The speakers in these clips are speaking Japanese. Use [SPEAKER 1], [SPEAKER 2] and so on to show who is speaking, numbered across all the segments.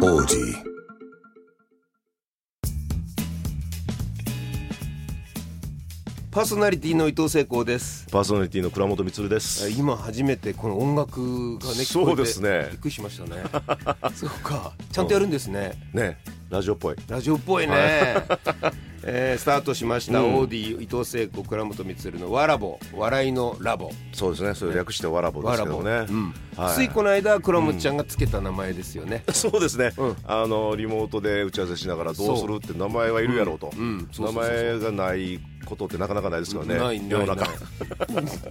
[SPEAKER 1] 王子
[SPEAKER 2] パーソナリティの伊藤聖光です
[SPEAKER 3] パーソナリティの倉本光です。
[SPEAKER 2] 今初めてこの音楽がね聞こ
[SPEAKER 3] そ
[SPEAKER 2] え
[SPEAKER 3] う
[SPEAKER 2] て
[SPEAKER 3] ですね
[SPEAKER 2] びっくりしましたね そうかちゃんとやるんですね、
[SPEAKER 3] ね、ラジオっぽい。
[SPEAKER 2] ラジオっぽいね、 えースタートしました、オーディ伊藤聖子倉本光のわらぼ笑いのラボ
[SPEAKER 3] そうですね。それ略してわらぼで
[SPEAKER 2] わ
[SPEAKER 3] す
[SPEAKER 2] ら
[SPEAKER 3] け
[SPEAKER 2] ぼ、
[SPEAKER 3] どね
[SPEAKER 2] う。ん
[SPEAKER 3] はい
[SPEAKER 2] ついこの間倉本ちゃんがつけた名前ですよね、
[SPEAKER 3] そうですね
[SPEAKER 2] うん。
[SPEAKER 3] あのリモートで打ち合わせしながらどうするって名前はいるやろうと
[SPEAKER 2] うんうん。そう
[SPEAKER 3] 名
[SPEAKER 2] そうそうそう
[SPEAKER 3] 前がないことってなかなかないですからね。
[SPEAKER 2] ないな
[SPEAKER 3] 世
[SPEAKER 2] い
[SPEAKER 3] の
[SPEAKER 2] ない
[SPEAKER 3] 中。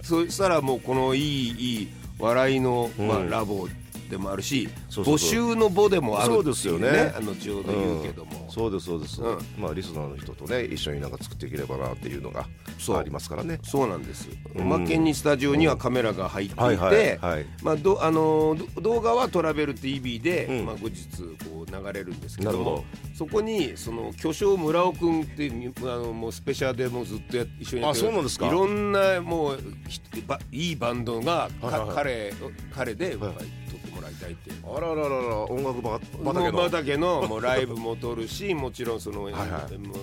[SPEAKER 2] そしたらもうこのいいいい笑いの、まあ、
[SPEAKER 3] うん
[SPEAKER 2] ラボでもあるし
[SPEAKER 3] そうそうそう
[SPEAKER 2] 募集の「ボ」でもあるって
[SPEAKER 3] そ
[SPEAKER 2] い
[SPEAKER 3] うですよね
[SPEAKER 2] あのちほど言うけども、
[SPEAKER 3] うんそうですそうです
[SPEAKER 2] うん。
[SPEAKER 3] まあリスナーの人とね一緒になんか作っていければなっていうのが
[SPEAKER 2] そう
[SPEAKER 3] ありますからね。
[SPEAKER 2] そうなんです、
[SPEAKER 3] うん
[SPEAKER 2] おまけにスタジオにはカメラが入っていて、
[SPEAKER 3] はいはいはい。
[SPEAKER 2] まあどあのーど動画はトラベル TV で、
[SPEAKER 3] うん
[SPEAKER 2] まあ、後日こう流れるんですけど
[SPEAKER 3] なるほ
[SPEAKER 2] も
[SPEAKER 3] ど
[SPEAKER 2] そこにその巨匠村尾君っていうあのもうスペシャルでもうずっとや一緒にやってる
[SPEAKER 3] あそうなんですか
[SPEAKER 2] いろんなもうひばいいバンドが、か
[SPEAKER 3] はいはいはい
[SPEAKER 2] 彼彼で、
[SPEAKER 3] はい
[SPEAKER 2] 撮ってもらいたいって。
[SPEAKER 3] あららららら音楽ば
[SPEAKER 2] 畑
[SPEAKER 3] 畑
[SPEAKER 2] の
[SPEAKER 3] の。
[SPEAKER 2] 畑のもうライブも撮るしもちろんその、
[SPEAKER 3] はいはい
[SPEAKER 2] M- MTV っ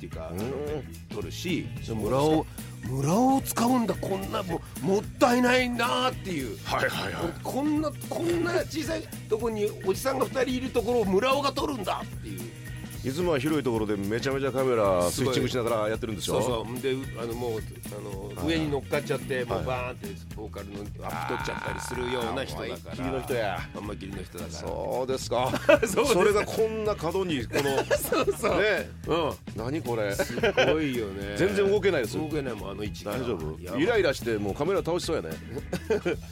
[SPEAKER 2] ていうか、
[SPEAKER 3] うん
[SPEAKER 2] 撮るし村を村を使うんだこんなもうもったいないなーっていう
[SPEAKER 3] はいはいはい。
[SPEAKER 2] こんなこんな小さいとこにおじさんが2人いるところを村尾が撮るんだっていう
[SPEAKER 3] いつもは広いところでめちゃめちゃカメラスイッチングしながらやってるんでしょ
[SPEAKER 2] そうそうであのもうあの上に乗っかっちゃってもうバーンってボーカルのアップ取っちゃったりするような人だから
[SPEAKER 3] あー思いっきりの人や
[SPEAKER 2] あんまりきりの人だから
[SPEAKER 3] そうですか
[SPEAKER 2] そうです
[SPEAKER 3] それがこんな角にこの
[SPEAKER 2] そうそう
[SPEAKER 3] ね
[SPEAKER 2] うん
[SPEAKER 3] 何これ
[SPEAKER 2] すごいよね
[SPEAKER 3] 全然動けないです
[SPEAKER 2] 動けないもんあの位置が
[SPEAKER 3] 大丈夫
[SPEAKER 2] やばい
[SPEAKER 3] イライラしてもうカメラ倒しそうや ね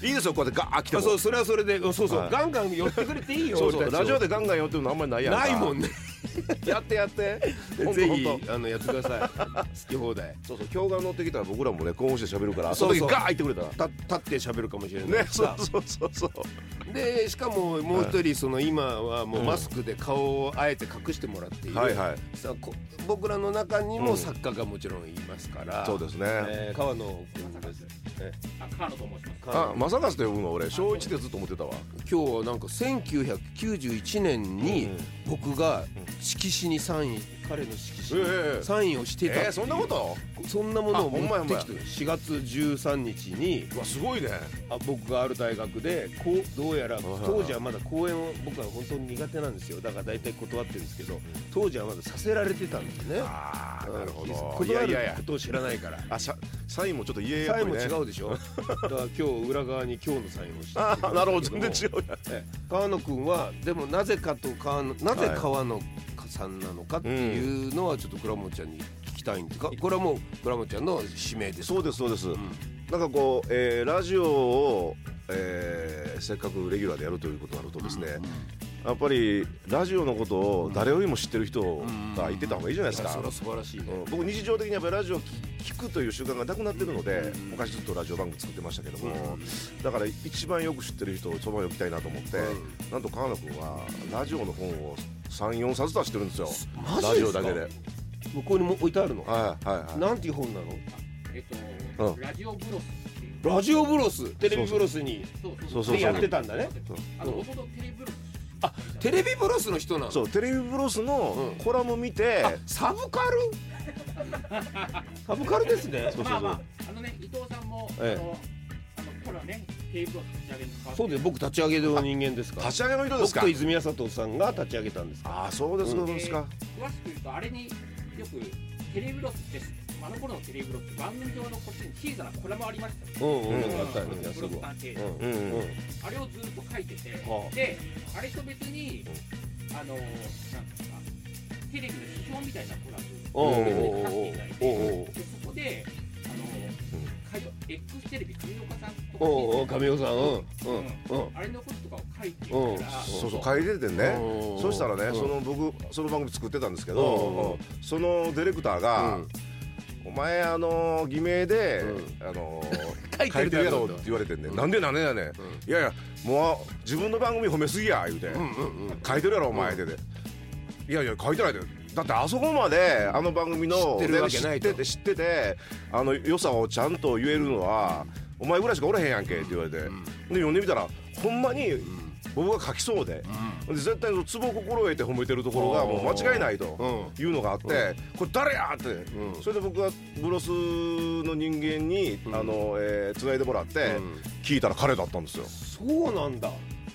[SPEAKER 3] いいですよこうやってガーッ来て
[SPEAKER 2] あ
[SPEAKER 3] も
[SPEAKER 2] そうそれはそれでうんそうそう、
[SPEAKER 3] はい
[SPEAKER 2] ガンガン寄ってくれていい よ
[SPEAKER 3] そうそう
[SPEAKER 2] 俺たち
[SPEAKER 3] ラジオでガンガンやってるのあんまりないやんか
[SPEAKER 2] ないも んね
[SPEAKER 3] やってやってほんと
[SPEAKER 2] ぜひ
[SPEAKER 3] ほんと
[SPEAKER 2] あのやって ください好き放題
[SPEAKER 3] そうそう今日が乗ってきたら僕らもね興奮して喋るからそ
[SPEAKER 2] そ
[SPEAKER 3] うの
[SPEAKER 2] そう
[SPEAKER 3] 時ガーッ行ってくれたら
[SPEAKER 2] た立って喋るかもしれない
[SPEAKER 3] ね
[SPEAKER 2] し
[SPEAKER 3] そう
[SPEAKER 2] さ
[SPEAKER 3] そうそうそう
[SPEAKER 2] でしかももう一人その今はもうマスクで顔をあえて隠してもらっている、
[SPEAKER 3] はいはい
[SPEAKER 2] さこ僕らの中にも作家がもちろんいますから、
[SPEAKER 3] そうですね
[SPEAKER 2] えー川野君ですえ
[SPEAKER 4] あ、川野と申します。
[SPEAKER 2] 川
[SPEAKER 3] あ
[SPEAKER 2] 野
[SPEAKER 3] まさかすと呼ぶの俺小一でずっと思ってたわ
[SPEAKER 2] 今日はなんか1991年に僕が色紙にサイン彼の色紙
[SPEAKER 3] ええ
[SPEAKER 2] にサインをしてたっていう
[SPEAKER 3] えーそんなこと
[SPEAKER 2] そんなものを
[SPEAKER 3] あほ
[SPEAKER 2] 持
[SPEAKER 3] んまや
[SPEAKER 2] ってき
[SPEAKER 3] ほ
[SPEAKER 2] て
[SPEAKER 3] んま
[SPEAKER 2] 4月13日に
[SPEAKER 3] うわすごいね
[SPEAKER 2] あ僕がある大学でこうどうやら
[SPEAKER 3] はいはい
[SPEAKER 2] 当時はまだ講演を僕は本当に苦手なんですよだから大体断ってるんですけど当時はまださせられてたんですね
[SPEAKER 3] ああなるほどい
[SPEAKER 2] 断
[SPEAKER 3] やいやい
[SPEAKER 2] る
[SPEAKER 3] や
[SPEAKER 2] ことを知らないから
[SPEAKER 3] あササインもちょっと家
[SPEAKER 2] サインも
[SPEAKER 3] やっぱりね
[SPEAKER 2] 違うでしょだから今日裏側に今日のサインをして
[SPEAKER 3] ああ なるほど全然違うや
[SPEAKER 2] ええ川野君はでもなぜかと川野なぜ川野さんなのかっていうのはちょっと倉本ちゃんに聞きたいんですかこれはもう倉本ちゃんの指名です
[SPEAKER 3] そうですそうです、なんかこう、えーラジオを、えーせっかくレギュラーでやるということになるとですね、やっぱりラジオのことを誰よりも知ってる人がいてた方がいいじゃないです
[SPEAKER 2] いや
[SPEAKER 3] か、
[SPEAKER 2] それは素晴らしいね、
[SPEAKER 3] うん僕日常的にやっぱりラジオを聞くという習慣がなくなってるので、昔ずっとラジオ番組作ってましたけども、だから一番よく知ってる人をそばに置きたいなと思って、
[SPEAKER 2] う
[SPEAKER 3] なんと川野君はラジオの本を34冊出してるんですよ
[SPEAKER 2] マジですか
[SPEAKER 3] ラジオだけではい
[SPEAKER 2] 向こうにも置いてあるの
[SPEAKER 3] はいはい
[SPEAKER 2] なんていう本なの
[SPEAKER 4] えっ
[SPEAKER 3] う
[SPEAKER 4] と、
[SPEAKER 3] ん
[SPEAKER 4] ラジオブロスっていう。
[SPEAKER 2] ラジオブロステレビブロスに
[SPEAKER 4] そう
[SPEAKER 3] そうそう
[SPEAKER 2] でやってたんだね
[SPEAKER 3] そう
[SPEAKER 4] あの、もともとテレビブロス。
[SPEAKER 2] あテレビブロスの人なの
[SPEAKER 3] そうテレビブロスの
[SPEAKER 2] うん
[SPEAKER 3] コラム見て、
[SPEAKER 2] あサブカル サブカルですね
[SPEAKER 3] そうそうそう
[SPEAKER 4] まあまあ、あのね、伊藤さんも、あ
[SPEAKER 3] ええ
[SPEAKER 4] の、あの、これはね、テレビブロス立ち上げに関わって。
[SPEAKER 2] そうです僕立ち上げの人間ですから
[SPEAKER 3] 立ち上げの人で
[SPEAKER 2] 僕
[SPEAKER 3] すか
[SPEAKER 2] と泉谷里さんが立ち上げたんです
[SPEAKER 3] ああそうですか、
[SPEAKER 2] うん
[SPEAKER 3] そうですか
[SPEAKER 4] えー詳しく言うと、あれによくテレビブロスです。あの頃のテレビブロスって、番組上のこっちに小さなコラムありましたよね。
[SPEAKER 2] うんうん
[SPEAKER 3] うん
[SPEAKER 2] よかったよ
[SPEAKER 4] ブ
[SPEAKER 2] ね
[SPEAKER 4] ロ
[SPEAKER 2] すごい
[SPEAKER 4] ス関係。
[SPEAKER 2] うん
[SPEAKER 3] うんうん
[SPEAKER 2] うん
[SPEAKER 4] あれをずっと書いてて、
[SPEAKER 2] はあ
[SPEAKER 4] で、あれと別に、あの、なんですか、テレビの批評みたいなコラム
[SPEAKER 2] おうおうおうおうおう
[SPEAKER 4] でそこで、あの、火曜 X テレビ上岡さんとか、
[SPEAKER 2] おうおう神尾さんうんうんうん
[SPEAKER 4] あれのこととかを書いてるか
[SPEAKER 2] うん
[SPEAKER 4] ら、
[SPEAKER 3] そうそう書いててね
[SPEAKER 2] うん
[SPEAKER 3] そしたらね
[SPEAKER 2] うん
[SPEAKER 3] その僕その番組作ってたんですけ
[SPEAKER 2] うん
[SPEAKER 3] どそのディレクターが
[SPEAKER 2] うん
[SPEAKER 3] 「お前あのー偽名で、
[SPEAKER 2] う
[SPEAKER 3] あの
[SPEAKER 2] 書
[SPEAKER 3] ー
[SPEAKER 2] いて
[SPEAKER 3] 書
[SPEAKER 2] る
[SPEAKER 3] い
[SPEAKER 2] だ
[SPEAKER 3] てる
[SPEAKER 2] ろ
[SPEAKER 3] やろ」って言われてんね「なんでなんでやねん」いやいやもう自分の番組褒めすぎや」言うて
[SPEAKER 2] うんうんうん
[SPEAKER 3] 「書いてるやろお前」って言うて「いやいや書いてないで」だってあそこまであの番組の
[SPEAKER 2] 知ってるわけないと
[SPEAKER 3] 知ってて知っててあの良さをちゃんと言えるのはお前ぐらいしかおらへんやんけって言われてで読んでみたらほんまに僕が書きそうでで絶対にツボを心得て褒めてるところがもう間違いないというのがあってこれ誰やって
[SPEAKER 2] うん
[SPEAKER 3] それで僕はブロスの人間に
[SPEAKER 2] うん
[SPEAKER 3] あのえー繋いでもらって
[SPEAKER 2] うん
[SPEAKER 3] 聞いたら彼だったんですよ
[SPEAKER 2] そうなんだ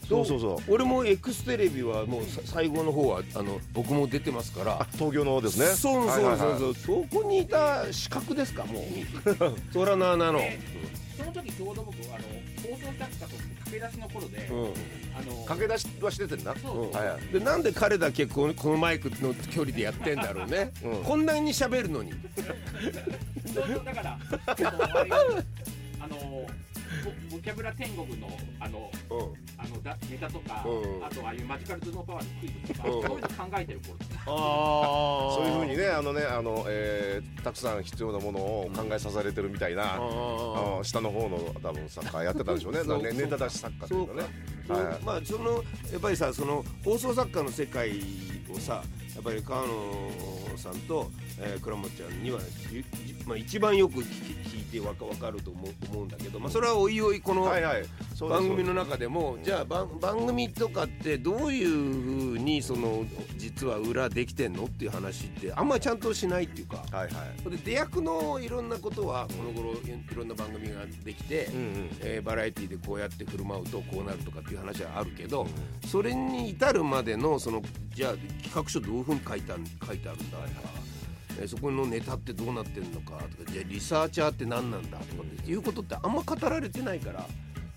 [SPEAKER 3] そうそうそう
[SPEAKER 2] 俺も X テレビはもうさ最後の方はあの僕も出てますから
[SPEAKER 3] あ東京のですね
[SPEAKER 2] そう
[SPEAKER 3] はい
[SPEAKER 2] そ
[SPEAKER 3] は
[SPEAKER 2] う
[SPEAKER 3] いは
[SPEAKER 2] そ
[SPEAKER 3] いう
[SPEAKER 2] そう、そこにいた資格ですかもうトラナーなの、
[SPEAKER 4] でその時ちょうど僕あの放送作家として駆け出しの頃で、
[SPEAKER 2] う
[SPEAKER 4] あの
[SPEAKER 3] 駆け出しはしててんな
[SPEAKER 4] そう、
[SPEAKER 2] んうん、でなんで彼だけこのこのマイクの距離でやってんだろうね、
[SPEAKER 3] うん
[SPEAKER 2] こんなに喋るのに
[SPEAKER 4] そうそう だからあのあのボボキャブラ天国のあのあのだネタとか、
[SPEAKER 2] うん
[SPEAKER 4] あとああいうマジカル頭脳パワーのクイズとか、
[SPEAKER 2] うん
[SPEAKER 4] そういうの考えてる頃
[SPEAKER 2] ああ
[SPEAKER 3] そういうふうにねあのねあのえーたくさん必要なものを考えさせられてるみたいなあの下の方の多分サッカーやってたんでしょうね
[SPEAKER 2] そう
[SPEAKER 3] ね
[SPEAKER 2] そう
[SPEAKER 3] ネタ出しサッカーってい
[SPEAKER 2] そうう
[SPEAKER 3] か
[SPEAKER 2] か
[SPEAKER 3] ね、
[SPEAKER 2] そう
[SPEAKER 3] はい
[SPEAKER 2] まあそのやっぱりさその放送作家の世界をさやっぱり川野さんと、えー、倉本ちゃんには、ゆじまあ、一番よく聞き聞いてわかわかると思う思うんだけど、まあ、それはおいおいこの
[SPEAKER 3] はいはいそうです
[SPEAKER 2] 番組の中でもじゃあ番番組とかってどういうふうにその実は裏できてんのっていう話ってあんまりちゃんとしないっていうか
[SPEAKER 3] はいはい
[SPEAKER 2] それで出役のいろんなことはこの頃いいろんな番組ができて。
[SPEAKER 3] うんうん
[SPEAKER 2] えーバラエティでこうやって振る舞うとこうなるとかっていう話はあるけど、
[SPEAKER 3] う
[SPEAKER 2] それに至るまでのそのじゃあ企画書どういうふうに書いたん書いてあるんだとか、えーそこのネタってどうなってんのかとかじゃあリサーチャーって何なんだとかっていうことってあんま語られてないから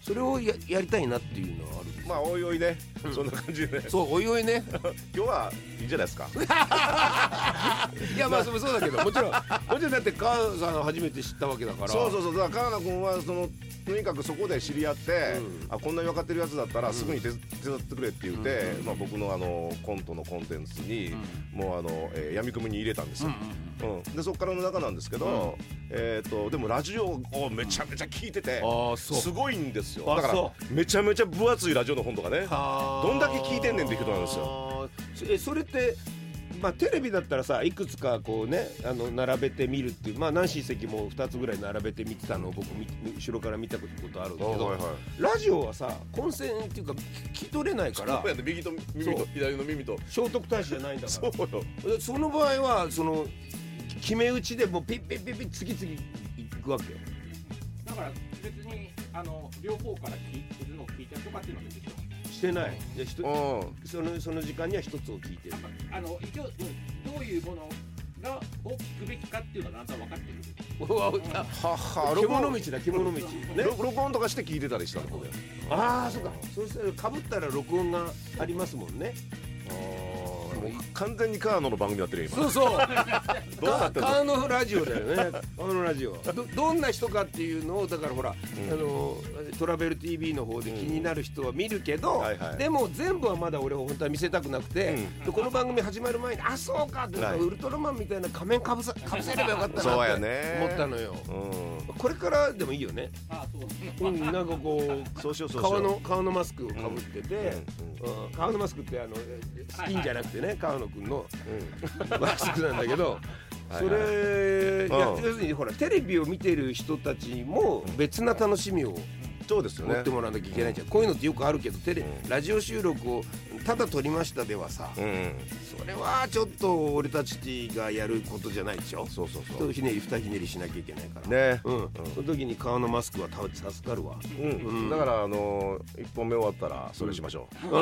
[SPEAKER 2] それをややりたいなっていうのはある
[SPEAKER 3] まあおいおいね、そんな感じでね
[SPEAKER 2] そうおいおいね
[SPEAKER 3] 今日はいいんじゃないですか
[SPEAKER 2] いやまあそうそうだけどもち ろんもちろんだって川野さん初めて知ったわけだから
[SPEAKER 3] そうそうそうだから川名君はそのとにかくそこで知り合って、
[SPEAKER 2] うん
[SPEAKER 3] あこんなに分かってるやつだったらすぐに手,、手伝ってくれって言って、まあ、僕のあのコントのコンテンツに、もうあの、えー、闇雲に入れたんですよ、うんでそこからの中なんですけど、えー、とでもラジオをめちゃめちゃ聞いてて、
[SPEAKER 2] ああそう
[SPEAKER 3] すごいんですよ
[SPEAKER 2] あ
[SPEAKER 3] だから
[SPEAKER 2] そ
[SPEAKER 3] めちゃめちゃ分厚いラジオの本とかね
[SPEAKER 2] ど
[SPEAKER 3] どんだけ聞いてんねんって人なんですよ
[SPEAKER 2] よえそれってまあテレビだったらさいくつかこうねあの並べてみるっていうまあナンシー関も2つぐらい並べて見てたのを僕み後ろから見たことあるんだけど、
[SPEAKER 3] はいはい
[SPEAKER 2] ラジオはさ混戦っていうか聞き取れないから
[SPEAKER 3] こうやって右と耳
[SPEAKER 2] そ
[SPEAKER 3] と
[SPEAKER 2] う
[SPEAKER 3] 左の耳と
[SPEAKER 2] 聖徳太子じゃないんだか
[SPEAKER 3] そう
[SPEAKER 2] ら
[SPEAKER 3] よ
[SPEAKER 2] そその場合はその決め打ちでもうピッピッピッピッ次々いくわけよ
[SPEAKER 4] だから別にあの両方から聞いてるのを聞いたりとかっていうのは別に
[SPEAKER 2] してないでひと
[SPEAKER 3] うん
[SPEAKER 2] そのその時間には一つを聞いてる
[SPEAKER 4] なんかあの一応、うんどういうものがを聞くべきかっていうのはだんだん分かってる
[SPEAKER 2] あ
[SPEAKER 3] はは
[SPEAKER 2] 獣道だ獣道ね
[SPEAKER 3] 録録音とかして聞いてたりしたのこれ
[SPEAKER 2] ああそうかそうしたらかぶったら録音がありますもんね
[SPEAKER 3] もう完全に川野の番組やってるよ
[SPEAKER 2] そう そう
[SPEAKER 3] 今どうなってるの
[SPEAKER 2] 川のラジオだよね 川のラジオどどんな人かっていうのをだからほら、
[SPEAKER 3] ん
[SPEAKER 2] あのトラベル TV の方で気になる人は見るけど、
[SPEAKER 3] うんはいはい
[SPEAKER 2] でも全部はまだ俺本当は見せたくなくて、
[SPEAKER 3] うん
[SPEAKER 2] でこの番組始まる前にあそうかって、
[SPEAKER 3] はい
[SPEAKER 2] ウルトラマンみたいな仮面かぶさかぶせればよかった
[SPEAKER 3] そう
[SPEAKER 2] な
[SPEAKER 3] や
[SPEAKER 2] って
[SPEAKER 3] ね
[SPEAKER 2] 思ったのよ、
[SPEAKER 3] う
[SPEAKER 2] これからでもいいよね、
[SPEAKER 4] ああそう
[SPEAKER 2] うん、なんかこうん
[SPEAKER 3] そうしようそうしよう
[SPEAKER 2] 顔の顔のマスクをかぶってて、うん顔のマスクってあのスキンじゃなくてね川野君の マスクなんだけど
[SPEAKER 3] はい
[SPEAKER 2] それいや
[SPEAKER 3] うん
[SPEAKER 2] 要するにほらテレビを見てる人たちも別な楽しみを
[SPEAKER 3] そうですよ
[SPEAKER 2] 持
[SPEAKER 3] ね
[SPEAKER 2] ってもらわなきゃいけないじゃんこういうのってよくあるけどテレ
[SPEAKER 3] うん
[SPEAKER 2] ラジオ収録をただ撮りましたではさ
[SPEAKER 3] うん
[SPEAKER 2] それはちょっと俺たちがやることじゃないでしょ
[SPEAKER 3] そうそう
[SPEAKER 2] ちょっ
[SPEAKER 3] そう
[SPEAKER 2] とひねり二ひねりしなきゃいけないから
[SPEAKER 3] ね
[SPEAKER 2] うんその時に顔のマスクはた助かるわ
[SPEAKER 3] うんだからあのー一本目終わったらそれしましょう